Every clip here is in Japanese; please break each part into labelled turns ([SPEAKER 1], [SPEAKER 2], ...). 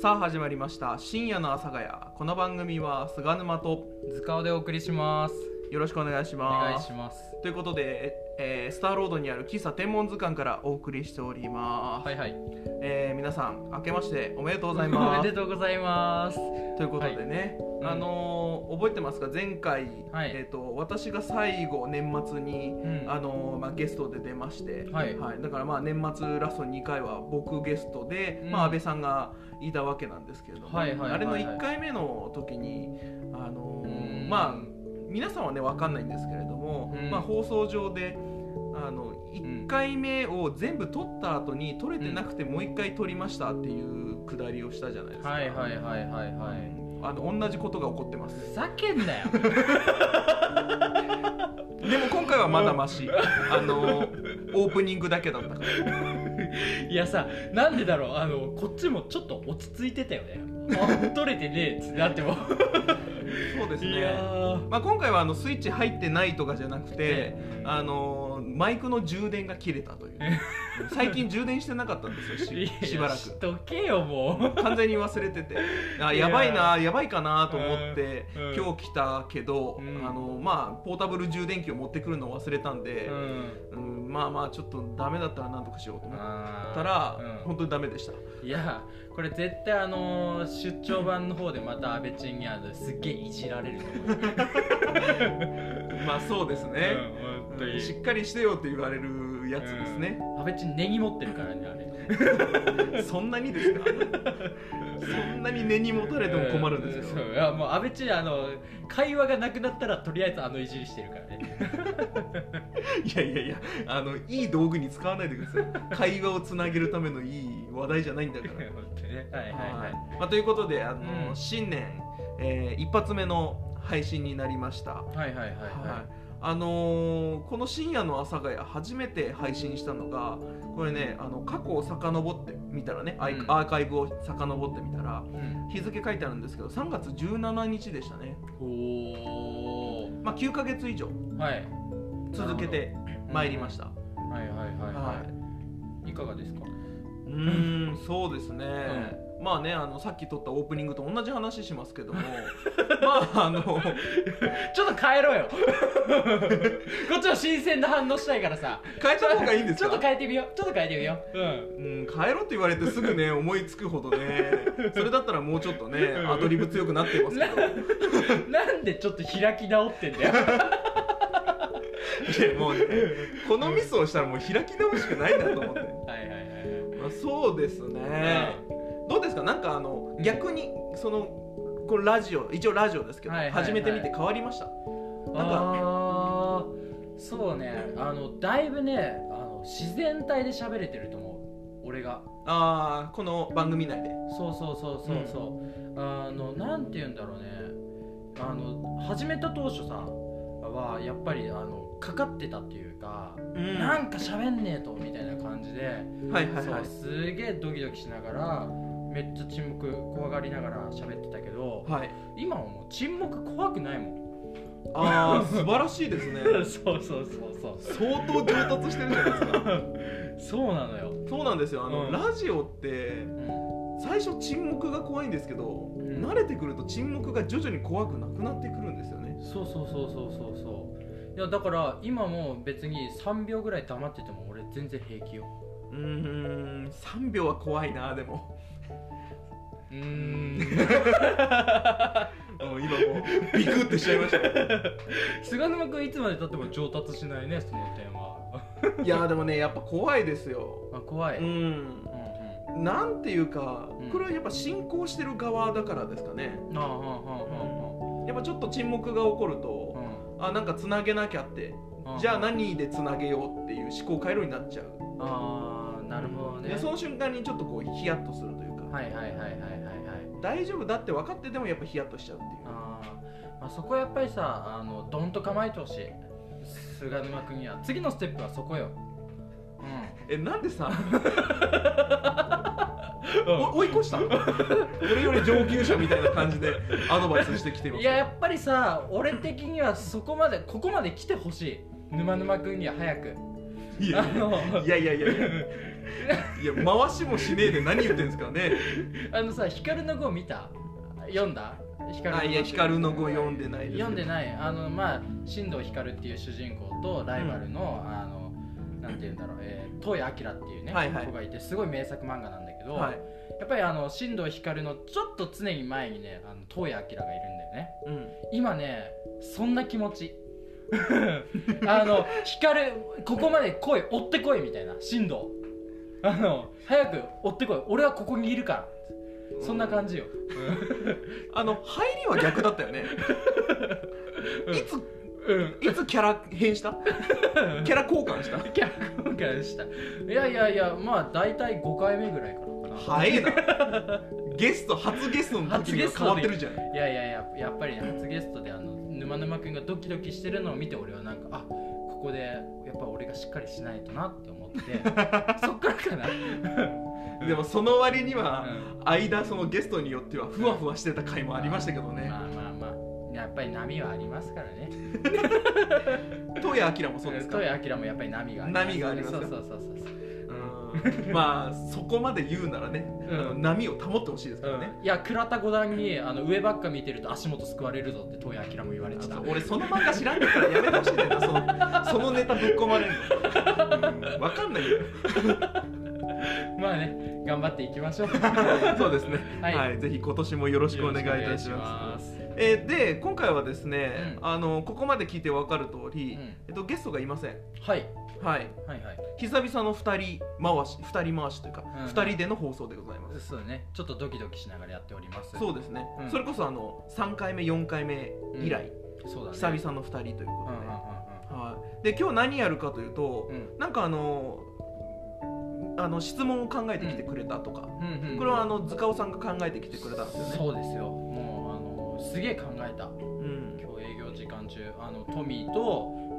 [SPEAKER 1] さあ始まりました深夜の阿佐ヶ谷この番組は菅沼と
[SPEAKER 2] 図鑑でお送りします
[SPEAKER 1] よろしくお願いし
[SPEAKER 2] お願
[SPEAKER 1] ま
[SPEAKER 2] い
[SPEAKER 1] す
[SPEAKER 2] します
[SPEAKER 1] ということで、えースターロードにある喫茶天文図鑑からお送りしております、
[SPEAKER 2] はいはい
[SPEAKER 1] えー皆さん明けましておめでとうござい
[SPEAKER 2] お
[SPEAKER 1] ま
[SPEAKER 2] め
[SPEAKER 1] す
[SPEAKER 2] でとうございます
[SPEAKER 1] ということでね、
[SPEAKER 2] はい
[SPEAKER 1] あのー覚えてますか前回、
[SPEAKER 2] はい
[SPEAKER 1] えー、と私が最後年末に、
[SPEAKER 2] うん
[SPEAKER 1] あのーまあ、ゲストで出まして、
[SPEAKER 2] はい
[SPEAKER 1] だからまあ年末ラスト2回は僕ゲストで、
[SPEAKER 2] うん
[SPEAKER 1] まあ、安倍さんがいたわけなんですけれども、
[SPEAKER 2] はいはいはいはい
[SPEAKER 1] あれの1回目の時に、あのー
[SPEAKER 2] うん
[SPEAKER 1] まあ、皆さんはね分かんないんですけれども、
[SPEAKER 2] うん
[SPEAKER 1] まあ、放送上で。あの1回目を全部取った後に取れてなくてもう1回取りましたっていうくだりをしたじゃないですか、
[SPEAKER 2] はいはいはいはいはい
[SPEAKER 1] あの同じことが起こってます
[SPEAKER 2] ふざけんなよ
[SPEAKER 1] でも今回はまだマ シあのオープニングだけだったから
[SPEAKER 2] いやさなんでだろうあのこっちもちょっと落ち着いてたよねあ取れてねえっつってなっても
[SPEAKER 1] そうです
[SPEAKER 2] いや
[SPEAKER 1] ね、
[SPEAKER 2] ー
[SPEAKER 1] まあ、今回はあのスイッチ入ってないとかじゃなくて、
[SPEAKER 2] ね
[SPEAKER 1] あのマイクの充電が切れたという
[SPEAKER 2] え
[SPEAKER 1] 最近充電してなかったんですよ
[SPEAKER 2] いや
[SPEAKER 1] ししばら
[SPEAKER 2] し
[SPEAKER 1] く
[SPEAKER 2] とけよも
[SPEAKER 1] 完全に忘れててあ
[SPEAKER 2] いや
[SPEAKER 1] やばいなやばいかなと思って
[SPEAKER 2] うんうん
[SPEAKER 1] 今日来たけど、
[SPEAKER 2] うん
[SPEAKER 1] あのまあ、ポータブル充電器を持ってくるのを忘れたん
[SPEAKER 2] う、
[SPEAKER 1] で、
[SPEAKER 2] ん、
[SPEAKER 1] うんまあまあちょっとダメだったらなんとかしようと思っ
[SPEAKER 2] あー
[SPEAKER 1] たら、
[SPEAKER 2] うん
[SPEAKER 1] 本当にダメでした
[SPEAKER 2] いやこれ絶対あのー出張版の方でまた安倍ちんにあのすっげえいじられると思うよ
[SPEAKER 1] まあそうですね、
[SPEAKER 2] うん本当に
[SPEAKER 1] しっかりしてよって言われるやつですね、
[SPEAKER 2] うん安倍ちんネギ持ってるからねあ れ
[SPEAKER 1] そんなにですか そんなに根に持たれても困るんです
[SPEAKER 2] う
[SPEAKER 1] よ
[SPEAKER 2] そういやもう安倍ちんあの会話がなくなったらとりあえずあのいじりしてるから ね
[SPEAKER 1] いやいやいやあのいい道具に使わないでくださ い会話をつなげるためのいい話題じゃないんだから
[SPEAKER 2] 本当にねはいはいはい、
[SPEAKER 1] はいまあ、ということであの、
[SPEAKER 2] うん
[SPEAKER 1] 新年、えー一発目の配信になりました
[SPEAKER 2] はいはいはい
[SPEAKER 1] は、
[SPEAKER 2] はい
[SPEAKER 1] あのーこの深夜の阿佐ヶ谷初めて配信したのがこれねあの過去を遡ってみたらね、アイ
[SPEAKER 2] うん
[SPEAKER 1] アーカイブを遡ってみたら
[SPEAKER 2] い、うん、
[SPEAKER 1] 日付書いてあるんですけど3月17日でしたね、
[SPEAKER 2] おー
[SPEAKER 1] まあ、9ヶ月以上
[SPEAKER 2] はい
[SPEAKER 1] 続けてまいりました
[SPEAKER 2] はいはいはい
[SPEAKER 1] は
[SPEAKER 2] はいいかがですか
[SPEAKER 1] うー んそうですね、まあねあのさっき撮ったオープニングと同じ話しますけども まああの
[SPEAKER 2] ちょっと変えろよ こっちも新鮮な反応したいからさ
[SPEAKER 1] 変えた方がいいんです
[SPEAKER 2] ちょ
[SPEAKER 1] か
[SPEAKER 2] っと変えてみようちょっと変えてみよううん
[SPEAKER 1] うん、変えろって言われてす ぐね思いつくほどねそれだったらもうちょっとねアドリブ強くなってます けど
[SPEAKER 2] なん でちょっと開き直ってんだよ
[SPEAKER 1] いやもうねこのミスをしたらもう開き直るしかないなと思って、
[SPEAKER 2] はいはいはい
[SPEAKER 1] まあ、そうですねどうですかなんかあの逆にそのこのラジオ一応ラジオですけど、
[SPEAKER 2] はいはいはい
[SPEAKER 1] 始めてみて変わりましたなんか
[SPEAKER 2] あーそうねあのだいぶねあの自然体で喋れてると思う俺が
[SPEAKER 1] ああこの番組内で
[SPEAKER 2] そうそうそうそうそう、あのなんて言うんだろうねあの始めた当初さはやっぱりあのかかってたっていうか、
[SPEAKER 1] うん
[SPEAKER 2] なんか喋んねえとみたいな感じで、
[SPEAKER 1] はいはいはい
[SPEAKER 2] そうすげえドキドキしながらめっちゃ沈黙怖がりながら喋ってたけど
[SPEAKER 1] はい
[SPEAKER 2] 今はもう沈黙怖くないもん
[SPEAKER 1] ああ素晴らしいですね
[SPEAKER 2] そうそうそうそう
[SPEAKER 1] 相当上達してるじゃないですか
[SPEAKER 2] そうなのよ、
[SPEAKER 1] そうなんですよあの、
[SPEAKER 2] うん
[SPEAKER 1] ラジオって最初沈黙が怖いんですけど、
[SPEAKER 2] ん
[SPEAKER 1] 慣れてくると沈黙が徐々に怖くなくなってくるんですよね
[SPEAKER 2] そうそうそうそうそうそういやだから今も別に3秒ぐらい黙ってても俺全然平気よ
[SPEAKER 1] うーん3秒は怖いなでも
[SPEAKER 2] うーん
[SPEAKER 1] 今もうビクッてしちゃいましたよ
[SPEAKER 2] 菅沼君いつまでたっても上達しないねその点は
[SPEAKER 1] いやでもねやっぱ怖いですよ
[SPEAKER 2] あ怖い、
[SPEAKER 1] う
[SPEAKER 2] うん
[SPEAKER 1] ん
[SPEAKER 2] う
[SPEAKER 1] なんていうか
[SPEAKER 2] うん
[SPEAKER 1] これはやっぱ進行してる側だからですかね
[SPEAKER 2] ん、あああああ
[SPEAKER 1] やっぱちょっと沈黙が起こる
[SPEAKER 2] あああ
[SPEAKER 1] と
[SPEAKER 2] あ
[SPEAKER 1] あなんかつなげなきゃって
[SPEAKER 2] ああ
[SPEAKER 1] じゃあ何でつなげようっていう思考回路になっちゃう
[SPEAKER 2] ああなるほどね
[SPEAKER 1] でその瞬間にちょっとこうヒヤッとするというか、
[SPEAKER 2] はいはいはいはいはいはい
[SPEAKER 1] 大丈夫だって分かっててもやっぱヒヤッとしちゃうっていう
[SPEAKER 2] あー、まあそこはやっぱりさあのドンと構えてほしい菅沼君には次のステップはそこよう
[SPEAKER 1] えなんで さ
[SPEAKER 2] ん
[SPEAKER 1] お追い越したの俺より上級者みたいな感じでアドバイスしてきていま
[SPEAKER 2] い
[SPEAKER 1] す
[SPEAKER 2] ややっぱりさ俺的にはそこまでここまで来てほしい沼沼君には早く
[SPEAKER 1] い
[SPEAKER 2] あ
[SPEAKER 1] や
[SPEAKER 2] の
[SPEAKER 1] いやいやいやいやいや回しもしねえで何言ってんですかね
[SPEAKER 2] あのさ光の碁見た読んだ光
[SPEAKER 1] あいや光の碁読んでないですけど
[SPEAKER 2] 読んでないあのまあ進藤光っていう主人公とライバルの、あのなんて言うんだろう、えー、東谷明っていうね、
[SPEAKER 1] はいはい
[SPEAKER 2] 子がいてすごい名作漫画なんだけど、
[SPEAKER 1] はい、
[SPEAKER 2] やっぱりあの進藤光のちょっと常に前にねあの東谷明がいるんだよね
[SPEAKER 1] うん、
[SPEAKER 2] 今ねそんな気持ち あの光ここまで来い追ってこいみたいな進藤あの早く追ってこい俺はここにいるからそんな感じよ、
[SPEAKER 1] あの入りは逆だったよねいつ
[SPEAKER 2] うん
[SPEAKER 1] いつキャラ変 したキャラ交換した
[SPEAKER 2] 逆交換したいやいやいやまあ大体5回目ぐらいからかな
[SPEAKER 1] 早いなゲスト初ゲストの時には変わってるじゃん
[SPEAKER 2] いやいやいややっぱりね初ゲストであの沼沼くんがドキドキしてるのを見て俺はなんかあここでやっぱ俺がしっかりしないとなって 思ってそっからかな
[SPEAKER 1] でもその割には、
[SPEAKER 2] う
[SPEAKER 1] 間そのゲストによってはふわふわしてた回もありましたけどね
[SPEAKER 2] まあまあまあやっぱり波はありますからね
[SPEAKER 1] 東谷明もそうですか
[SPEAKER 2] 戸谷明もやっぱり波があります
[SPEAKER 1] 波があります
[SPEAKER 2] そ
[SPEAKER 1] か
[SPEAKER 2] うそうそうそうそう
[SPEAKER 1] うんまあそこまで言うならね、
[SPEAKER 2] うん
[SPEAKER 1] あの波を保ってほしいですからね、
[SPEAKER 2] いや倉田五段にあの上ばっか見てると足元すくわれるぞって戸谷明も言われてた
[SPEAKER 1] あそう俺その漫画知らんからやめてほしいんだよなそのそのネタぶっ込まれるの、 うん、分かんないよ
[SPEAKER 2] まあね頑張っていきまし ょう
[SPEAKER 1] そうですねは、
[SPEAKER 2] はいい
[SPEAKER 1] ぜひ今年もよろしくお願いいたします
[SPEAKER 2] す
[SPEAKER 1] えーで今回はですね、
[SPEAKER 2] うん
[SPEAKER 1] あのここまで聞いて分かる通り、
[SPEAKER 2] うん
[SPEAKER 1] えっと、ゲストがいません
[SPEAKER 2] はい
[SPEAKER 1] はい
[SPEAKER 2] はいはい
[SPEAKER 1] 久々の二人回し二人回しというか、
[SPEAKER 2] うん
[SPEAKER 1] 二人での放送でございます、
[SPEAKER 2] そうねちょっとドキドキしながらやっております
[SPEAKER 1] そうですね、
[SPEAKER 2] うん
[SPEAKER 1] それこそあの3回目4回目以来、
[SPEAKER 2] そうだね
[SPEAKER 1] 久々の2人ということ
[SPEAKER 2] うん
[SPEAKER 1] で,、
[SPEAKER 2] うん
[SPEAKER 1] はい、で今日何やるかというと、
[SPEAKER 2] うん
[SPEAKER 1] なんかあのあの質問を考えてきてくれたとか、
[SPEAKER 2] うんうんうん
[SPEAKER 1] これはあの塚尾さんが考えてきてくれたんですよね
[SPEAKER 2] そうですよもうあのすげえ考えた
[SPEAKER 1] う、ん
[SPEAKER 2] 今日営業時間中あのトミーと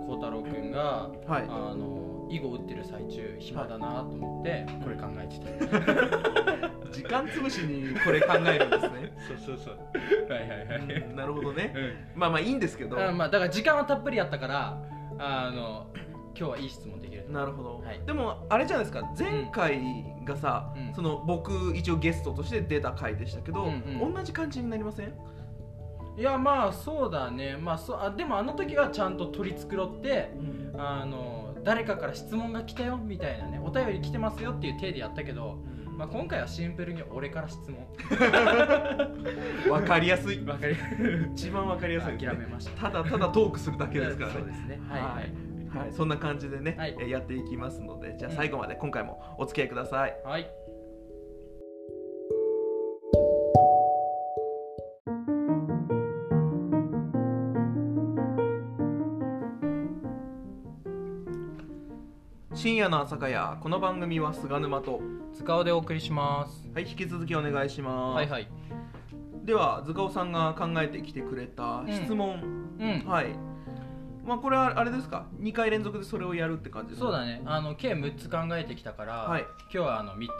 [SPEAKER 2] 孝太郎くんが
[SPEAKER 1] は
[SPEAKER 2] あ
[SPEAKER 1] い、
[SPEAKER 2] の囲碁打ってる最中暇だなと思ってこれ考えてた
[SPEAKER 1] 時間つぶしにこれ考えるんです ね
[SPEAKER 2] そうそうそう はいはいは
[SPEAKER 1] うんなるほどねまあまあいいんですけど、
[SPEAKER 2] あまあだから時間はたっぷりあったからあの今日はいい質問できると
[SPEAKER 1] なるほど、
[SPEAKER 2] はい
[SPEAKER 1] でもあれじゃないですか前回がさ、
[SPEAKER 2] うん
[SPEAKER 1] その僕一応ゲストとして出た回でしたけど、
[SPEAKER 2] うんうん
[SPEAKER 1] 同じ感じになりません
[SPEAKER 2] いやまあそうだねまあそうあでもあの時はちゃんと取り繕って
[SPEAKER 1] うん
[SPEAKER 2] あの誰かから質問が来たよみたいなねお便り来てますよっていう体でやったけど、まあ、今回はシンプルに俺から質問
[SPEAKER 1] わかりやすい
[SPEAKER 2] わかり
[SPEAKER 1] 一番わかりやすいですね、
[SPEAKER 2] 諦めました
[SPEAKER 1] ただただトークするだけですから
[SPEAKER 2] そう
[SPEAKER 1] ね
[SPEAKER 2] ですねはい
[SPEAKER 1] はいはい、そんな感じでね、
[SPEAKER 2] はい
[SPEAKER 1] えーやっていきますのでじゃあ最後まで今回もお付き合いください、
[SPEAKER 2] はい、はい、
[SPEAKER 1] 深夜の朝霞やこの番組は菅沼と
[SPEAKER 2] 塚尾でお送りします
[SPEAKER 1] はい引き続きお願いします、
[SPEAKER 2] はいはい
[SPEAKER 1] では塚尾さんが考えてきてくれた質問、
[SPEAKER 2] うん
[SPEAKER 1] はいまあこれはあれですか2回連続でそれをやるって感じですか
[SPEAKER 2] そうだねあの計6つ考えてきたから、
[SPEAKER 1] はい
[SPEAKER 2] 今日はあの3つ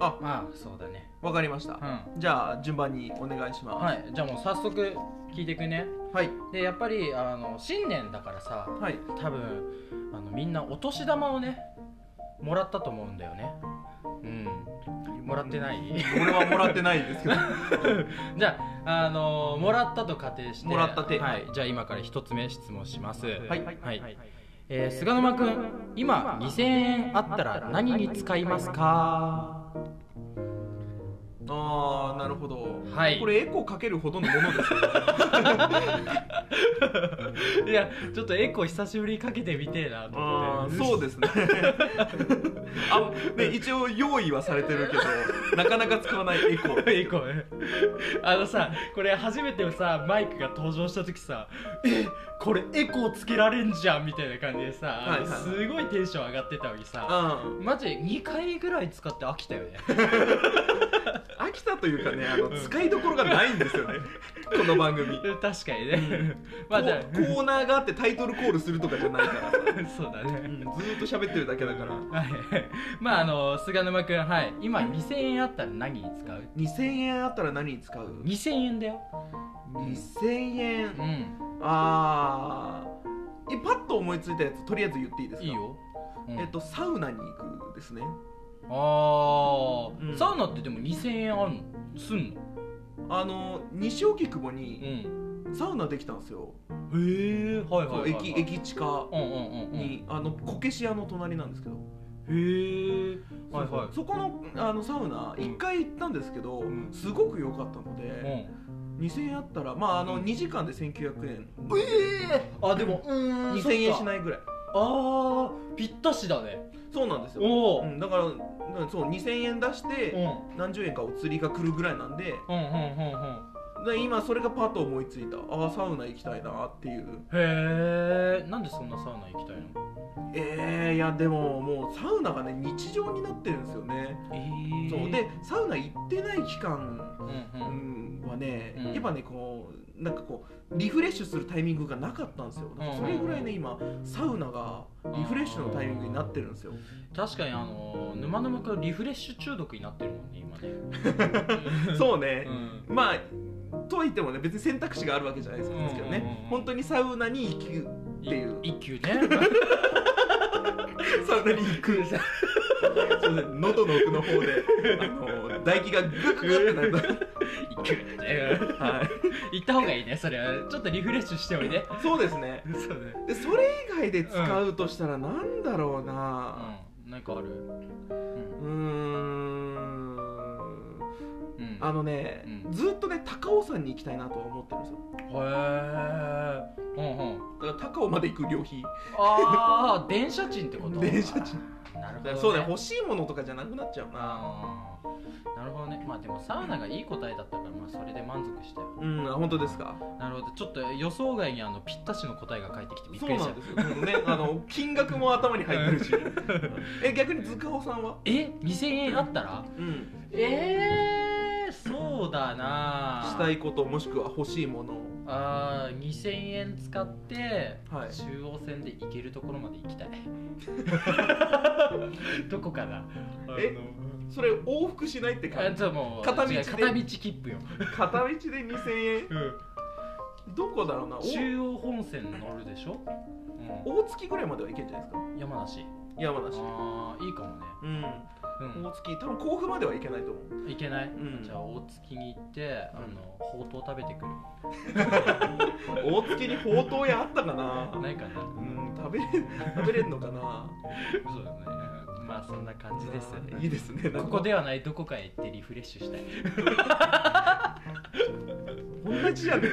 [SPEAKER 1] あ
[SPEAKER 2] まあそうだね
[SPEAKER 1] わかりました、
[SPEAKER 2] う
[SPEAKER 1] じゃあ順番にお願いし
[SPEAKER 2] ん
[SPEAKER 1] ま
[SPEAKER 2] はいじゃあもう早速聞いていくね
[SPEAKER 1] すはい
[SPEAKER 2] でやっぱりあの新年だからさ
[SPEAKER 1] はい
[SPEAKER 2] 多分あのみんなお年玉をねもらったと思うんだよねうんもらってない
[SPEAKER 1] 俺はもらってないですけ ど
[SPEAKER 2] じゃあ、あのーもらったと仮定して
[SPEAKER 1] もらった手
[SPEAKER 2] はい、じゃあ今から一つ目質問します、
[SPEAKER 1] はい
[SPEAKER 2] はいえー菅沼君今2000円あったら何に使いますか
[SPEAKER 1] ああなるほど、
[SPEAKER 2] はい
[SPEAKER 1] これエコーかけるほどのものですね
[SPEAKER 2] いやちょっとエコ久しぶりにかけてみてえな
[SPEAKER 1] あー そうですねあね一応用意はされてるけどなかなか使わないエコー
[SPEAKER 2] エコねあのさこれ初めてさマイクが登場した時さえこれエコーつけられんじゃんみたいな感じでさ、あの
[SPEAKER 1] はいはい
[SPEAKER 2] すごいテンション上がってたのにさ、
[SPEAKER 1] うん
[SPEAKER 2] マジ2回ぐらい使って飽きたよ ね
[SPEAKER 1] 飽きたというかねあの使いどころがないんですよねこの番組
[SPEAKER 2] 確かにね、ま
[SPEAKER 1] ま
[SPEAKER 2] あじゃあ
[SPEAKER 1] コーナーがあってタイトルコールするとかじゃないから、
[SPEAKER 2] そうだ
[SPEAKER 1] う
[SPEAKER 2] ね
[SPEAKER 1] ん、ずーっと喋ってるだけだから
[SPEAKER 2] はいまああの菅沼君はい今2000円あったら何に使う
[SPEAKER 1] 2000円あったら何に使う
[SPEAKER 2] 2000円だよ
[SPEAKER 1] 2000円
[SPEAKER 2] うん
[SPEAKER 1] あーえパッと思いついたやつとりあえず言っていいですか
[SPEAKER 2] いいよ、うん
[SPEAKER 1] えっと、サウナに行くですね
[SPEAKER 2] あー、
[SPEAKER 1] うん
[SPEAKER 2] サウナってでも2000円あるのすんの
[SPEAKER 1] あの西荻窪
[SPEAKER 2] う
[SPEAKER 1] に
[SPEAKER 2] ん
[SPEAKER 1] サウナできたんですよ、
[SPEAKER 2] へえはいはいはい、はい、
[SPEAKER 1] そう駅駅地下
[SPEAKER 2] うんうんうんうんへ
[SPEAKER 1] に、あのこけし屋の隣なんですけど
[SPEAKER 2] えはいはい
[SPEAKER 1] そこのあのサウナ
[SPEAKER 2] うん
[SPEAKER 1] 1回行ったんですけど、
[SPEAKER 2] うん
[SPEAKER 1] すごく良かったの
[SPEAKER 2] う
[SPEAKER 1] で、
[SPEAKER 2] ん
[SPEAKER 1] 2000円あったらまああの
[SPEAKER 2] うん
[SPEAKER 1] 2時間で1900円、
[SPEAKER 2] えー、あでもうーん
[SPEAKER 1] 2000円し
[SPEAKER 2] い
[SPEAKER 1] ないぐらい
[SPEAKER 2] あーぴったしだね
[SPEAKER 1] そうなんですよ、
[SPEAKER 2] おお、
[SPEAKER 1] うん、だからうんそう2000円出し
[SPEAKER 2] うん
[SPEAKER 1] て何十円かお釣りが来るぐらいなんで
[SPEAKER 2] うんうんうんうん
[SPEAKER 1] で今それがパッと思いついたああサウナ行きたいなっていう
[SPEAKER 2] へえんでそんなサウナ行きたいの
[SPEAKER 1] えー、いやでももうサウナがね日常になってるんですよね、
[SPEAKER 2] え
[SPEAKER 1] そうでサウナ行ってない期
[SPEAKER 2] う
[SPEAKER 1] 間
[SPEAKER 2] んうん
[SPEAKER 1] うんはね、
[SPEAKER 2] うん
[SPEAKER 1] やっぱねこうなんかこうリフレッシュするタイミングがなかったんですよだからそれぐらいね今サウナがリフレッシュのタイミングになってるんですよ
[SPEAKER 2] 確かにあのー沼沼くんリフレッシュ中毒になってるもんね今ね う、
[SPEAKER 1] そうね
[SPEAKER 2] う、ん、
[SPEAKER 1] まあとはいってもね別に選択肢があるわけじゃないですけどね、
[SPEAKER 2] うんうんうんうん
[SPEAKER 1] 本当にサウナに行く っていう
[SPEAKER 2] 一級ね
[SPEAKER 1] サウナに行くすいません喉の奥の方であの唾液がグクグクってなる
[SPEAKER 2] 一級ね
[SPEAKER 1] はい
[SPEAKER 2] 行った方がいいねそれはちょっとリフレッシュしておいで
[SPEAKER 1] そうですね
[SPEAKER 2] そうね
[SPEAKER 1] でそれ以外で使うとしたらなんだろうな
[SPEAKER 2] うんなんかあるうん
[SPEAKER 1] うーん
[SPEAKER 2] うん
[SPEAKER 1] あのね、
[SPEAKER 2] うん
[SPEAKER 1] ずっとね高尾山に行きたいなとは思ってるんですよ
[SPEAKER 2] へえうんうん
[SPEAKER 1] だから高尾まで行く旅費
[SPEAKER 2] ああ電車賃ってこと
[SPEAKER 1] 電車賃
[SPEAKER 2] なる
[SPEAKER 1] だか
[SPEAKER 2] ほど、
[SPEAKER 1] ら
[SPEAKER 2] ね、
[SPEAKER 1] そうね欲しいものとかじゃなくなっちゃうな
[SPEAKER 2] あーなるほどねまあでもサウナがいい答えだったからまあそれで満足したよ
[SPEAKER 1] うんあ本当ですか
[SPEAKER 2] なるほどちょっと予想外にあのぴったしの答えが返ってきてびっ
[SPEAKER 1] そ
[SPEAKER 2] く
[SPEAKER 1] う
[SPEAKER 2] りし
[SPEAKER 1] な
[SPEAKER 2] た
[SPEAKER 1] んですよ、 ね、あの金額も頭に入ってるしえ逆に塚尾さんは、
[SPEAKER 2] え2000円あったら
[SPEAKER 1] うん、
[SPEAKER 2] ええー、そうだな
[SPEAKER 1] したいこともしくは欲しいもの
[SPEAKER 2] あー2000円使って、
[SPEAKER 1] はい
[SPEAKER 2] 中央線で行けるところまで行 きたいどこかな
[SPEAKER 1] え
[SPEAKER 2] あ
[SPEAKER 1] それ往復しないって
[SPEAKER 2] のあ
[SPEAKER 1] 感じ
[SPEAKER 2] じゃあもう
[SPEAKER 1] 片道で
[SPEAKER 2] 違う片道切符よ、
[SPEAKER 1] 片道で2000円どこだろうなお
[SPEAKER 2] 中央本線乗るでしょ、うん
[SPEAKER 1] 大月ぐらいまでは行けんじゃないですか
[SPEAKER 2] 山梨
[SPEAKER 1] 山梨
[SPEAKER 2] ああいいかもね
[SPEAKER 1] うん
[SPEAKER 2] うん
[SPEAKER 1] 大月多分甲府までは行けないと思う
[SPEAKER 2] 行けない、
[SPEAKER 1] ん
[SPEAKER 2] じゃあ大月に行って、あのほうとう食べてくる
[SPEAKER 1] 大月にほうとう屋あったかな
[SPEAKER 2] ないかな
[SPEAKER 1] うん食べれ食べれんのかな
[SPEAKER 2] そうだねまあそんな感じです、
[SPEAKER 1] うんいいですね
[SPEAKER 2] ここではないどこかへ行ってリフレッシュしたい
[SPEAKER 1] 同じじ ゃね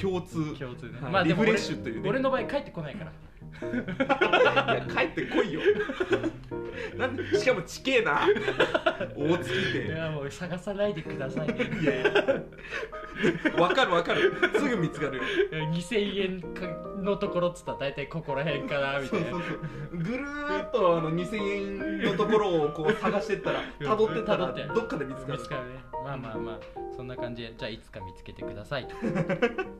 [SPEAKER 1] 共通
[SPEAKER 2] 共通ね、
[SPEAKER 1] はい
[SPEAKER 2] まあでも
[SPEAKER 1] リフレ
[SPEAKER 2] 俺
[SPEAKER 1] ッシュというね
[SPEAKER 2] 俺の場合帰ってこないから
[SPEAKER 1] いや帰ってこいよなんでしかも地形な大月
[SPEAKER 2] い
[SPEAKER 1] で
[SPEAKER 2] やもう探さないでくださいい
[SPEAKER 1] いやいやわかるわかるすぐ見つかるよ
[SPEAKER 2] や2000円かのところっつったら大体ここら辺かなみ
[SPEAKER 1] そ
[SPEAKER 2] た
[SPEAKER 1] う
[SPEAKER 2] い
[SPEAKER 1] そう
[SPEAKER 2] な
[SPEAKER 1] そうぐるーっとあの2000円のところをこう探してったら辿ってったら
[SPEAKER 2] 辿って
[SPEAKER 1] どっかで見つか
[SPEAKER 2] 見
[SPEAKER 1] る
[SPEAKER 2] つかるねまあまあまあそんな感じでじゃあいつか見つけてくださ いと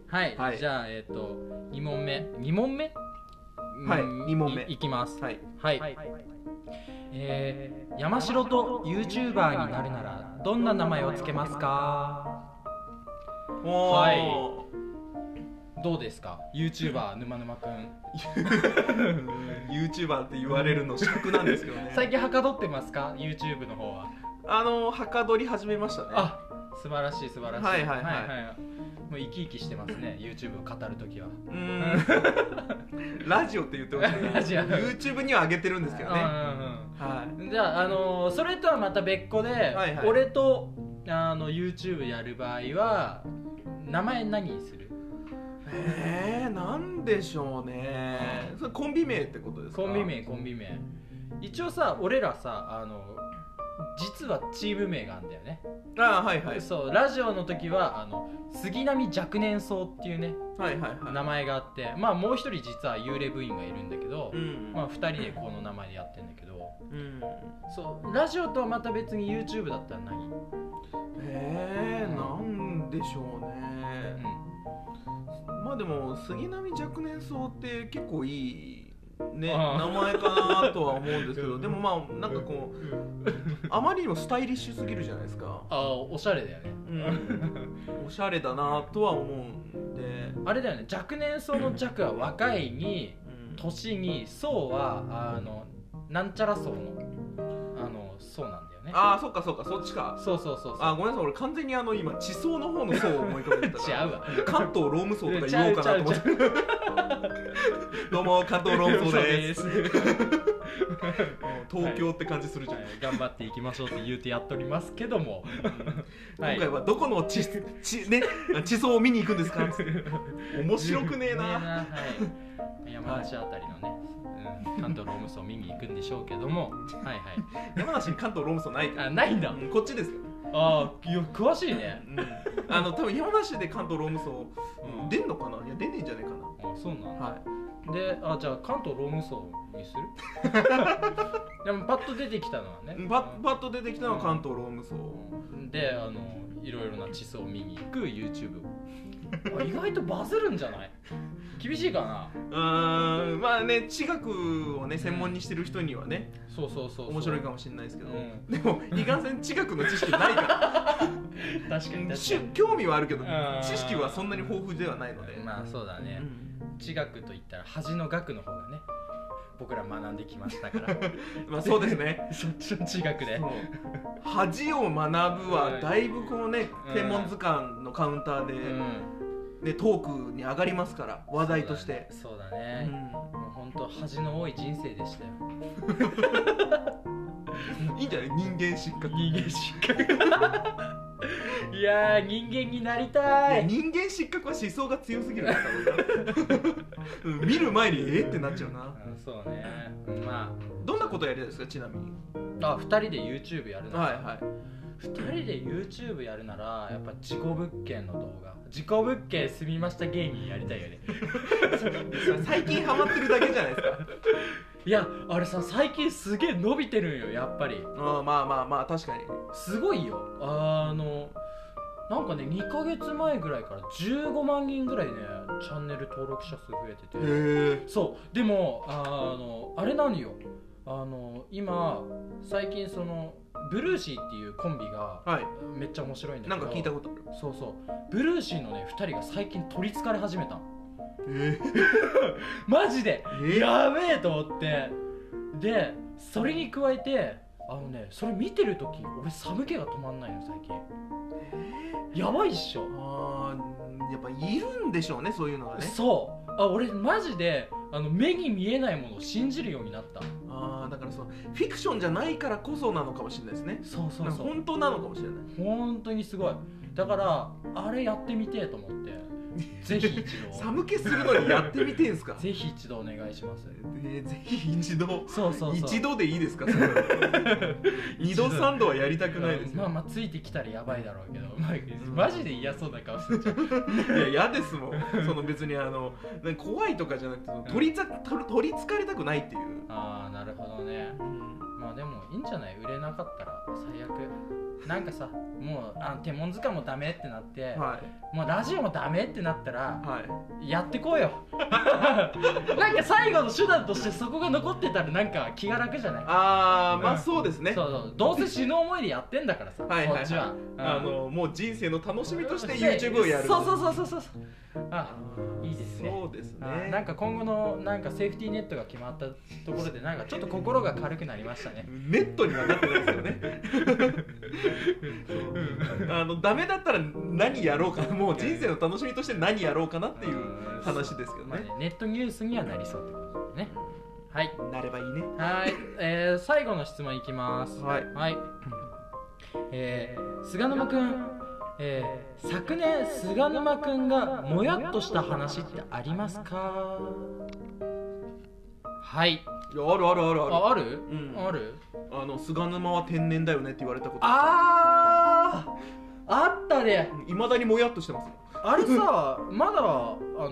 [SPEAKER 2] はい、
[SPEAKER 1] はい
[SPEAKER 2] じゃあえっ、と2問目2問目
[SPEAKER 1] はい
[SPEAKER 2] うん
[SPEAKER 1] 二問目
[SPEAKER 2] いいきます
[SPEAKER 1] はい
[SPEAKER 2] はい、えー山城と YouTuber になるならどんな名前をつけますか
[SPEAKER 1] お
[SPEAKER 2] はいどうですか YouTuber 沼沼くん
[SPEAKER 1] ー YouTuber って言われるの尺なんですけどね
[SPEAKER 2] 最近はかどってますか YouTube の方は
[SPEAKER 1] あのはかどり始めましたね
[SPEAKER 2] あ素晴らしい素晴らしい
[SPEAKER 1] はいはいはい
[SPEAKER 2] もう生き生きしてます ね YouTube を語るときは
[SPEAKER 1] うーんラジオって言ってましたね
[SPEAKER 2] ラジオ
[SPEAKER 1] YouTube には上げてるんですけどねは
[SPEAKER 2] うんうんうんじゃあ、あのーそれとはまた別個で、
[SPEAKER 1] いはい
[SPEAKER 2] 俺とあの YouTube やる場合は名前何にする
[SPEAKER 1] いえー、なんでしょうねそれコンビ名ってことですか
[SPEAKER 2] コンビ名コンビ名一応さ俺らさあの実はチーム名があるんだよね、
[SPEAKER 1] あーはいはい
[SPEAKER 2] そうラジオの時はあの杉並若年層っていうね
[SPEAKER 1] はいはいはい
[SPEAKER 2] 名前があってまあもう一人実は幽霊部員がいるんだけど、
[SPEAKER 1] うん
[SPEAKER 2] まあ、2人でこの名前でやってんだけど
[SPEAKER 1] うん
[SPEAKER 2] そうラジオとはまた別に YouTube だったら何、うん、
[SPEAKER 1] えー、なんでしょうね、まあでも杉並若年層って結構いいね
[SPEAKER 2] ああ
[SPEAKER 1] 名前かなとは思うんですけ
[SPEAKER 2] う
[SPEAKER 1] ど
[SPEAKER 2] ん
[SPEAKER 1] でもまあなんかこうあまりにもスタイリッシュすぎるじゃないですか、
[SPEAKER 2] ああおしゃれだよね
[SPEAKER 1] うん、おしゃれだなとは思うんで、
[SPEAKER 2] あれだよね若年層の若は若いに
[SPEAKER 1] うん
[SPEAKER 2] 年に層はあのなんちゃら層のあの層なんだよね
[SPEAKER 1] ああそっかそっかそっちか
[SPEAKER 2] そうそうそうそう
[SPEAKER 1] あーごめんなさい俺完全にあの今地層の方の層を思い浮かべてたから
[SPEAKER 2] 違うわ
[SPEAKER 1] 関東ローム層とか言おうかなと思って
[SPEAKER 2] ちゃうちゃうち
[SPEAKER 1] どうも関東ローム層です
[SPEAKER 2] そう
[SPEAKER 1] 東京って感じするじ
[SPEAKER 2] は
[SPEAKER 1] ゃん、
[SPEAKER 2] い頑張っていきましょうって言うてやっておりますけども、はい
[SPEAKER 1] 今回はどこの地地,、ね、地層を見に行くんですか面白く ねえ
[SPEAKER 2] ねえ
[SPEAKER 1] な
[SPEAKER 2] はい、山梨あたりのね、うん、関東ローム層見に行くんでしょうけ どもはいは
[SPEAKER 1] 山梨に関東ローム層ないか
[SPEAKER 2] い
[SPEAKER 1] ら
[SPEAKER 2] あないんだ
[SPEAKER 1] うんこっちですよ、
[SPEAKER 2] ああ詳しいね
[SPEAKER 1] うん、あの多分山梨で関東ローム層
[SPEAKER 2] うん
[SPEAKER 1] 出んのかないや出ねえんじゃねえかな
[SPEAKER 2] あそうなん
[SPEAKER 1] はい
[SPEAKER 2] であじゃあ関東ローム層にする でもパッと出てきたのはね
[SPEAKER 1] バッバッと出てきたのは関東ローム層、
[SPEAKER 2] うんであのいろいろな地層を見に行く YouTube あ意外とバズるんじゃない厳しいかな
[SPEAKER 1] うーんまあね地学をね専門にしてる人にはね
[SPEAKER 2] そうそうそうそう
[SPEAKER 1] 面白いかもしれないですけど、
[SPEAKER 2] うん
[SPEAKER 1] でもいかんせん地学の知識ない か
[SPEAKER 2] 確かに確からに
[SPEAKER 1] し興味はあるけど
[SPEAKER 2] うん
[SPEAKER 1] 知識はそんなに豊富ではないので、
[SPEAKER 2] まあそうだね、
[SPEAKER 1] うん
[SPEAKER 2] 地学といったら端の学の方がね僕ら学んできましたから
[SPEAKER 1] まあそうですね
[SPEAKER 2] そっちの地学で
[SPEAKER 1] そう恥を学ぶはだいぶこのね
[SPEAKER 2] うん
[SPEAKER 1] 天文図鑑のカウンターで、
[SPEAKER 2] うん
[SPEAKER 1] ね、トークに上がりますから話題として
[SPEAKER 2] そうだ
[SPEAKER 1] う
[SPEAKER 2] ね、もう本当恥の多い人生でしたよ
[SPEAKER 1] んいいんじゃない人間失格
[SPEAKER 2] 人間失格いやー人間になりたい
[SPEAKER 1] 人間失格は思想が強すぎるから多分なうん見る前にえってなっちゃうな
[SPEAKER 2] うんそうねま
[SPEAKER 1] どんなことやりたいですかちなみに
[SPEAKER 2] ああ2人で YouTube やるなら、
[SPEAKER 1] はいはい
[SPEAKER 2] 2人で YouTube やるならやっぱ事故物件の動画事故物件住みました芸人やりたいよね
[SPEAKER 1] 最近ハマってるだけじゃないですか
[SPEAKER 2] いやあれさ最近すげえ伸びてるんよやっぱり
[SPEAKER 1] うんまあまあまあ確かに
[SPEAKER 2] すごいよあのなんかね2ヶ月前ぐらいから15万人ぐらいねチャンネル登録者数増えてて
[SPEAKER 1] え
[SPEAKER 2] そうでもあのあれなのよあの今最近そのブルーシーっていうコンビが
[SPEAKER 1] はい
[SPEAKER 2] めっちゃ面白いんだけ
[SPEAKER 1] な
[SPEAKER 2] ど
[SPEAKER 1] んか聞いたことある
[SPEAKER 2] そうそうブルーシーのね2人が最近取りつかれ始めたの
[SPEAKER 1] え
[SPEAKER 2] マジで
[SPEAKER 1] え
[SPEAKER 2] やべえと思ってでそれに加えてあのねそれ見てる時俺寒気が止まんないの最近やばいっしょ
[SPEAKER 1] あーやっぱいるんでしょうねそういうのがね
[SPEAKER 2] そうあ俺マジであの目に見えないものを信じるようになった
[SPEAKER 1] ああだからそのフィクションじゃないからこそなのかもしれないですね
[SPEAKER 2] そうそうそう
[SPEAKER 1] 本当なのかもしれない
[SPEAKER 2] 本当にすごいだからあれやってみてえと思 ってぜひ一度
[SPEAKER 1] 寒気するのにやってみてんすか
[SPEAKER 2] ぜひ一度お願いします
[SPEAKER 1] えーぜひ一度
[SPEAKER 2] そうそうそう
[SPEAKER 1] 一度でいいです かそれ二度三度はやりたくないです
[SPEAKER 2] うんまあ
[SPEAKER 1] よ、
[SPEAKER 2] まあついてきたらやばいだろうけど、まあ
[SPEAKER 1] ん
[SPEAKER 2] マジで嫌そうな顔してちゃう
[SPEAKER 1] いや嫌ですもん その別にあのなんか怖いとかじゃなくてその取りつ取り取りつかれたくないっていう、
[SPEAKER 2] ああなるほどねまあでもいいんじゃない売れなかったら最悪なんかさもうあ天文図鑑もダメってなって、
[SPEAKER 1] はい
[SPEAKER 2] もうラジオもダメってなったら
[SPEAKER 1] はい
[SPEAKER 2] やってこう よなんか最後の手段としてそこが残ってたらなんか気が楽じゃない
[SPEAKER 1] ああま
[SPEAKER 2] うん
[SPEAKER 1] あそうですね、
[SPEAKER 2] そうそうどうせ死ぬ思いでやってんだからさ
[SPEAKER 1] はいはいはい
[SPEAKER 2] こっちは、
[SPEAKER 1] あのもう人生の楽しみとして YouTube をやる
[SPEAKER 2] そうそう
[SPEAKER 1] う
[SPEAKER 2] そうそうそうあいいですね
[SPEAKER 1] そうですね
[SPEAKER 2] あなんか今後のなんかセーフティーネットが決まったところでなんかちょっと心が軽くなりましたね
[SPEAKER 1] ネットにはなってないですよ ねあのダメだったら何やろうかもう人生の楽しみとして何やろうかなっていう話ですけど
[SPEAKER 2] まあね
[SPEAKER 1] ね、
[SPEAKER 2] ネットニュースにはなりそうってことでねはい
[SPEAKER 1] なればいいね
[SPEAKER 2] はい、えー、最後の質問いきます
[SPEAKER 1] はい
[SPEAKER 2] はいえー、菅沼くんえー、昨年菅沼くんがもやっとした話ってありますかはい
[SPEAKER 1] いやあるあるあるある
[SPEAKER 2] あある、
[SPEAKER 1] うん
[SPEAKER 2] ある
[SPEAKER 1] あの菅沼は天然だよねって言われたこと
[SPEAKER 2] あーあったね
[SPEAKER 1] いまだにもやっとしてます
[SPEAKER 2] あれさまだあの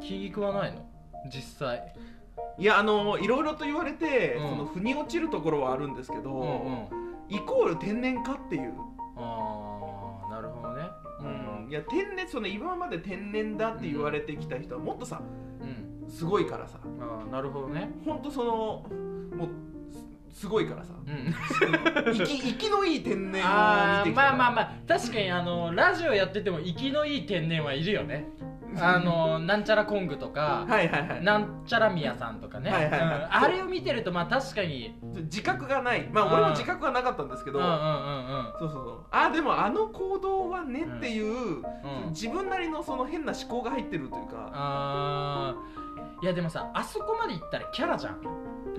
[SPEAKER 2] 気食わないの実際
[SPEAKER 1] いやあのいろいろと言われて、
[SPEAKER 2] うん
[SPEAKER 1] その腑に落ちるところはあるんですけど、
[SPEAKER 2] うんうん
[SPEAKER 1] イコール天然かっていう、
[SPEAKER 2] ああなるほどね
[SPEAKER 1] うんいや天然その今まで天然だって言われてきた人はもっとさ
[SPEAKER 2] うん、
[SPEAKER 1] すごいからさ
[SPEAKER 2] うん、ああなるほどね
[SPEAKER 1] ほんとそのもうすすごい からさ
[SPEAKER 2] うん
[SPEAKER 1] 生き生きのいい天然を見てきたから
[SPEAKER 2] あーまあまあまあ確かにあのラジオやってても生きのいい天然はいるよねあのなんちゃらコングとか、
[SPEAKER 1] はいはいはい
[SPEAKER 2] なんちゃらみやさんとかね、
[SPEAKER 1] はいはいはい
[SPEAKER 2] うんあれを見てるとまあ確かに
[SPEAKER 1] 自覚がないまあ
[SPEAKER 2] うん
[SPEAKER 1] 俺も自覚はなかったんですけ
[SPEAKER 2] うん
[SPEAKER 1] ど、
[SPEAKER 2] うんうん
[SPEAKER 1] そうそうそうあでもあの行動はねっていう、
[SPEAKER 2] うんうん
[SPEAKER 1] 自分なりのその変な思考が入ってるというか、
[SPEAKER 2] あーいやでもさあそこまで行ったらキャラじゃん、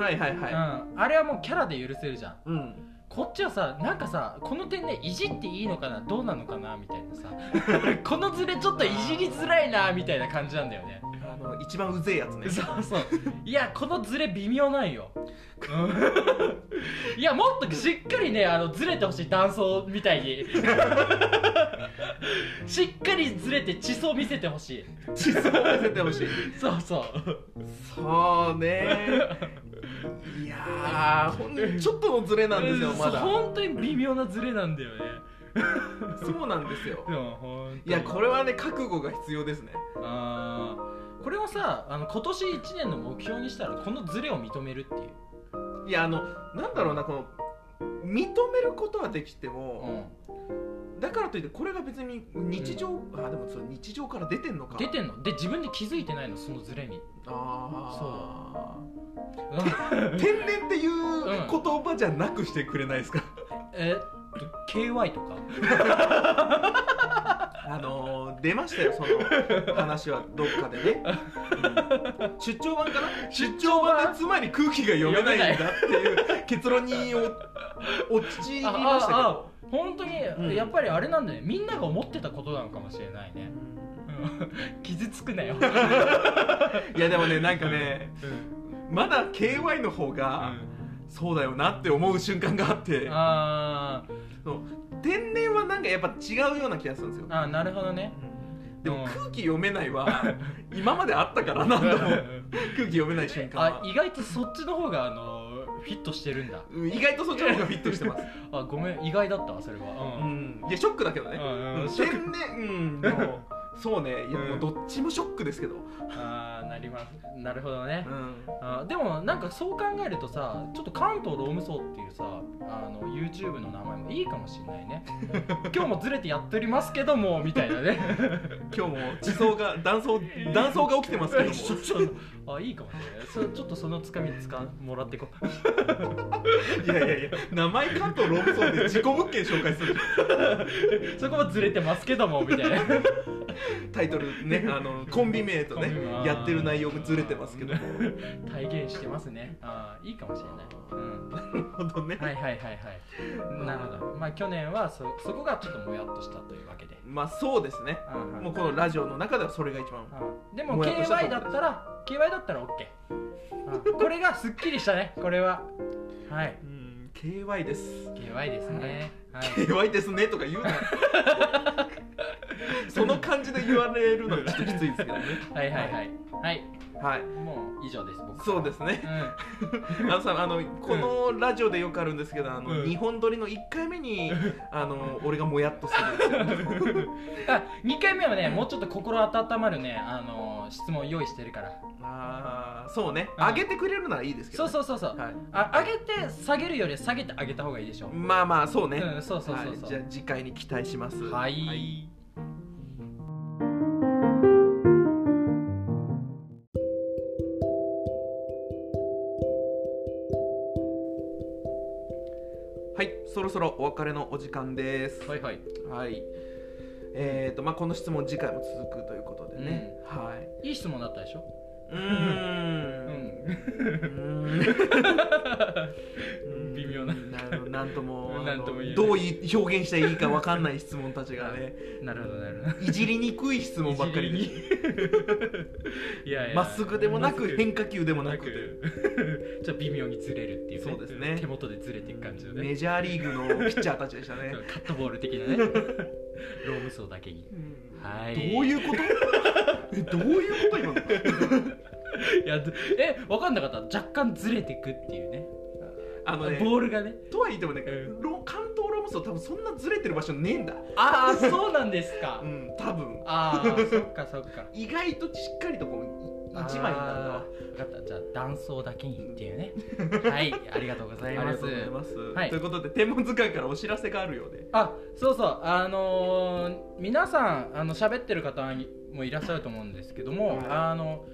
[SPEAKER 1] はいはいは
[SPEAKER 2] うん、あれはもうキャラで許せるじゃ
[SPEAKER 1] い、
[SPEAKER 2] ん
[SPEAKER 1] うん、
[SPEAKER 2] こっちはさなんかさこの点ねいじっていいのかなどうなのかなみたいなさ このズレちょっといじりづらいなみたいな感じなんだよね
[SPEAKER 1] あの一番うぜえやつね
[SPEAKER 2] そうそういやこのズレ微妙なんようんいやもっとしっかりねあのズレてほしい断層みたいにしっかりズレて地層見せてほしい
[SPEAKER 1] 地層を見せてほしい
[SPEAKER 2] そうそう
[SPEAKER 1] そうねいやーほんちょっとのズレなんですよ
[SPEAKER 2] うん
[SPEAKER 1] まだ
[SPEAKER 2] そう本当に微妙なズレなんだよね
[SPEAKER 1] そうなんですよ
[SPEAKER 2] でも本当に
[SPEAKER 1] いやこれはね覚悟が必要ですね
[SPEAKER 2] あーこれをさあの今年1年の目標にしたらこのズレを認めるっていう、
[SPEAKER 1] いやあのなんだろうなこの認めることはできても、だからといってこれが別に日常、あでもそれ日常から出てんのか
[SPEAKER 2] 出てんので自分で気づいてないのそのズレに
[SPEAKER 1] ああ
[SPEAKER 2] うん
[SPEAKER 1] 天然っていう言葉じゃなくしてくれないですか、
[SPEAKER 2] えっと KY とか
[SPEAKER 1] あのー出ましたよその話はどっかでね、うん出張版かな出張版でつまり空気が読めないんだっていう結論にお落ちりましたけ
[SPEAKER 2] あ
[SPEAKER 1] ど
[SPEAKER 2] 本当に、
[SPEAKER 1] ん
[SPEAKER 2] やっぱりあれなんだねみんなが思ってたことなのかもしれないね、うん傷つくなよ、
[SPEAKER 1] いやでもねなんかねまだ KY の方が、そうだよなって思う瞬間があって
[SPEAKER 2] あー
[SPEAKER 1] そう天然はなんかやっぱ違うような気がするんですよ
[SPEAKER 2] あーなるほどね
[SPEAKER 1] でも
[SPEAKER 2] うん
[SPEAKER 1] 空気読めない は今まであったからなんだもん空気読めない瞬間
[SPEAKER 2] あ
[SPEAKER 1] は
[SPEAKER 2] 意外とそっちの方があのフィットしてるんだ
[SPEAKER 1] うん意外とそっちの方がフィットしてます、
[SPEAKER 2] あごめん意外だったわそれは
[SPEAKER 1] う、
[SPEAKER 2] うん
[SPEAKER 1] いやショックだけどね、
[SPEAKER 2] うんうん
[SPEAKER 1] うん
[SPEAKER 2] ショッ
[SPEAKER 1] 天
[SPEAKER 2] ク
[SPEAKER 1] 然うんでもそうねいや
[SPEAKER 2] うん
[SPEAKER 1] もうどっちもショックですけど、
[SPEAKER 2] ああなりますなるほどね
[SPEAKER 1] うん
[SPEAKER 2] あーでもなんかそう考えるとさちょっと関東ローム層っていうさあの YouTube の名前もいいかもしんないね 今日もずれてやっておりますけどもみたいなね
[SPEAKER 1] 今日も地層 が断層断層が起きてますけど も
[SPEAKER 2] そうそう あいいかもねそちょっとそのつかみつかもらってこう
[SPEAKER 1] いやいやいや名前関東ローム層で事故物件紹介する
[SPEAKER 2] そこもずれてますけども みたいな
[SPEAKER 1] タイトルねあのコンビ名とね
[SPEAKER 2] コンビ名
[SPEAKER 1] やってる内容がずれてますけども
[SPEAKER 2] 体現してますねあーいいかもしれない、うん、
[SPEAKER 1] ほんとね、
[SPEAKER 2] はいはいはい はいなるほどまあ去年はそそこがちょっともやっとしたというわけで
[SPEAKER 1] まあそうですねもうこのラジオの中ではそれが一番
[SPEAKER 2] うんでも
[SPEAKER 1] もやっとしたと
[SPEAKER 2] KY だったら KY だったら OK うんこれがすっきりしたねこれははい
[SPEAKER 1] KY です、
[SPEAKER 2] KY ですねはい
[SPEAKER 1] KY ですねとか言うな その感じで言われるのがちょっときついですけどね
[SPEAKER 2] はいはいはいはい
[SPEAKER 1] はい
[SPEAKER 2] もう以上です僕
[SPEAKER 1] そうですね あのさあのこのラジオでよくあるんですけどあの、
[SPEAKER 2] うん
[SPEAKER 1] 日本撮りの1回目にあの俺がもやっとするんですよ
[SPEAKER 2] 2回目はねもうちょっと心温まるねあのー質問用意してるから
[SPEAKER 1] あーそうね
[SPEAKER 2] うん
[SPEAKER 1] 上げてくれるならいいですけど
[SPEAKER 2] そう
[SPEAKER 1] ね、
[SPEAKER 2] そうそうそう
[SPEAKER 1] はい、
[SPEAKER 2] あ上げて下げるより下げて上げた方がいいでしょ
[SPEAKER 1] まあまあそうね、
[SPEAKER 2] うんそうそう
[SPEAKER 1] は
[SPEAKER 2] そ
[SPEAKER 1] いう
[SPEAKER 2] そう
[SPEAKER 1] じゃあ次回に期待します
[SPEAKER 2] はい
[SPEAKER 1] はい、そろそろお別れのお時間です。
[SPEAKER 2] はいはい
[SPEAKER 1] はい。えっ、と、まあ、この質問次回も続くということでね。はい。
[SPEAKER 2] いい質問だったでしょ
[SPEAKER 1] うー。
[SPEAKER 2] うんん
[SPEAKER 1] うーん
[SPEAKER 2] 微妙な
[SPEAKER 1] なるなんともあの
[SPEAKER 2] なんとも言えない
[SPEAKER 1] どうい表現していいかわかんない質問たちがね
[SPEAKER 2] なるほどなるほど
[SPEAKER 1] いじりにくい質問ばっかりです
[SPEAKER 2] いやいや
[SPEAKER 1] まっすぐでもなく変
[SPEAKER 2] 化
[SPEAKER 1] 化球でもなく
[SPEAKER 2] くちょっと微妙にずれるっていう、
[SPEAKER 1] そうですね
[SPEAKER 2] 手元でずれていく感じのね
[SPEAKER 1] メジャーリーグのピッチャーたちでしたね
[SPEAKER 2] カットボール的なねローム層だけに
[SPEAKER 1] うん
[SPEAKER 2] はい
[SPEAKER 1] どういうことえどういうこと今の
[SPEAKER 2] いやずえ分かんなかった若干ずれていくっていうね
[SPEAKER 1] あのね
[SPEAKER 2] ボールがね
[SPEAKER 1] とは言ってもね、
[SPEAKER 2] うん
[SPEAKER 1] ロ関東ロームスは多分そんなずれてる場所ねえんだ
[SPEAKER 2] ああそうなんですか、
[SPEAKER 1] うん多分
[SPEAKER 2] ああそっかそっか
[SPEAKER 1] 意外としっかりとこうい一枚なんだわ
[SPEAKER 2] あー分かったじゃあ断層だけにっていう ねはいありがとうござ
[SPEAKER 1] あ
[SPEAKER 2] い
[SPEAKER 1] りが
[SPEAKER 2] ま
[SPEAKER 1] とうご
[SPEAKER 2] す
[SPEAKER 1] ざいます、
[SPEAKER 2] はい
[SPEAKER 1] ということで天文図鑑からお知らせがあるようで
[SPEAKER 2] あそうそうあのー皆さんあの喋ってる方にもいらっしゃると思うんですけど
[SPEAKER 1] は
[SPEAKER 2] も、
[SPEAKER 1] い
[SPEAKER 2] あの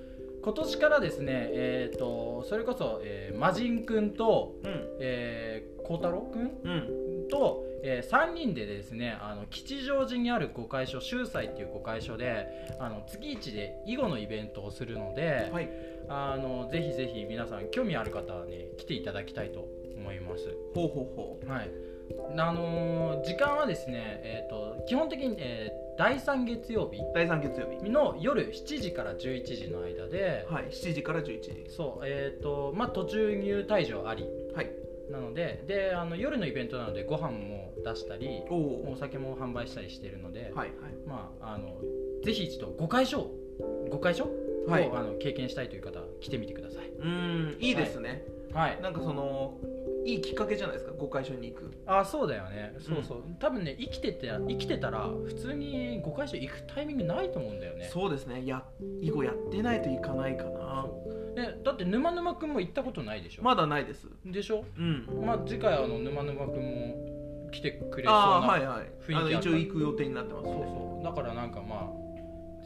[SPEAKER 2] 今年からですねえっ、とそれこそ、えー、魔人くんと
[SPEAKER 1] うん
[SPEAKER 2] えー、小太郎くん
[SPEAKER 1] うん
[SPEAKER 2] と、えー、3人でですねあの吉祥寺にある御会所秀才っていう御会所であの月一で囲碁のイベントをするので、
[SPEAKER 1] はい
[SPEAKER 2] あのぜひぜひ皆さん興味ある方はね来ていただきたいと思います。
[SPEAKER 1] ほうほうほ
[SPEAKER 2] はい、あのー時間はですね、えー、と基本的に、えー第3月曜日
[SPEAKER 1] う第3月曜日
[SPEAKER 2] の夜7時から11時の間で、
[SPEAKER 1] はい7時から11時
[SPEAKER 2] そうえっ、とまあ途中入退場あり
[SPEAKER 1] はい
[SPEAKER 2] なのでであの夜のイベントなのでご飯も出したり
[SPEAKER 1] お
[SPEAKER 2] お
[SPEAKER 1] お
[SPEAKER 2] 酒も販売したりしているので、
[SPEAKER 1] はい
[SPEAKER 2] まああのぜひ一度ご会所ご会所を、
[SPEAKER 1] はいはい
[SPEAKER 2] あの経験したいという方は来てみてください。
[SPEAKER 1] うーんいいですね、
[SPEAKER 2] はい、
[SPEAKER 1] なんかそのいいきっかけじゃないですかご会所に行く
[SPEAKER 2] あそうだよねそうそう、多分ね生きてて生きてたら普通に5回所行くタイミングないと思うんだよね
[SPEAKER 1] そうですねや囲碁やってないといかないかな
[SPEAKER 2] そうねだって沼沼くんも行ったことないでしょ、
[SPEAKER 1] まだないです
[SPEAKER 2] でしょ
[SPEAKER 1] うん
[SPEAKER 2] まあ次回あの沼沼くんも来てくれそうな、
[SPEAKER 1] ああはいはい
[SPEAKER 2] 雰囲気
[SPEAKER 1] あの
[SPEAKER 2] ある
[SPEAKER 1] 一応行く予定になってます
[SPEAKER 2] そう
[SPEAKER 1] ね
[SPEAKER 2] そうだからなんかまあ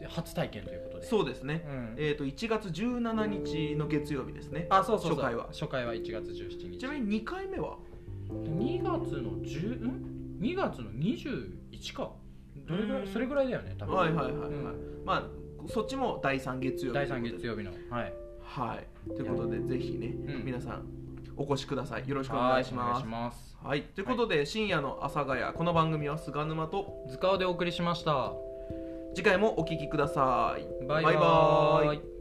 [SPEAKER 2] 初体験ということでう、
[SPEAKER 1] そうですね
[SPEAKER 2] ん、
[SPEAKER 1] えっ、と1月17日の月曜日ですね
[SPEAKER 2] あそうそうそう
[SPEAKER 1] 初回は
[SPEAKER 2] 初回は1月17日
[SPEAKER 1] ちなみに2回目は
[SPEAKER 2] 2月の10ん2月の21かどれぐら
[SPEAKER 1] うん
[SPEAKER 2] いそれぐらいだよね多分
[SPEAKER 1] はいはいはいはい、
[SPEAKER 2] うん
[SPEAKER 1] まあそっちも第3月曜日
[SPEAKER 2] 第3月曜日のはい
[SPEAKER 1] はいということでぜひね、
[SPEAKER 2] うん
[SPEAKER 1] 皆さんお越しくださいよろしくお
[SPEAKER 2] は
[SPEAKER 1] 願
[SPEAKER 2] い
[SPEAKER 1] いします
[SPEAKER 2] お願いします
[SPEAKER 1] はいということで、深夜の阿佐ヶ谷この番組は菅沼と
[SPEAKER 2] 図鑑でお送りしました
[SPEAKER 1] 次回もお聞きください
[SPEAKER 2] バイバ
[SPEAKER 1] バイバーイ
[SPEAKER 2] イ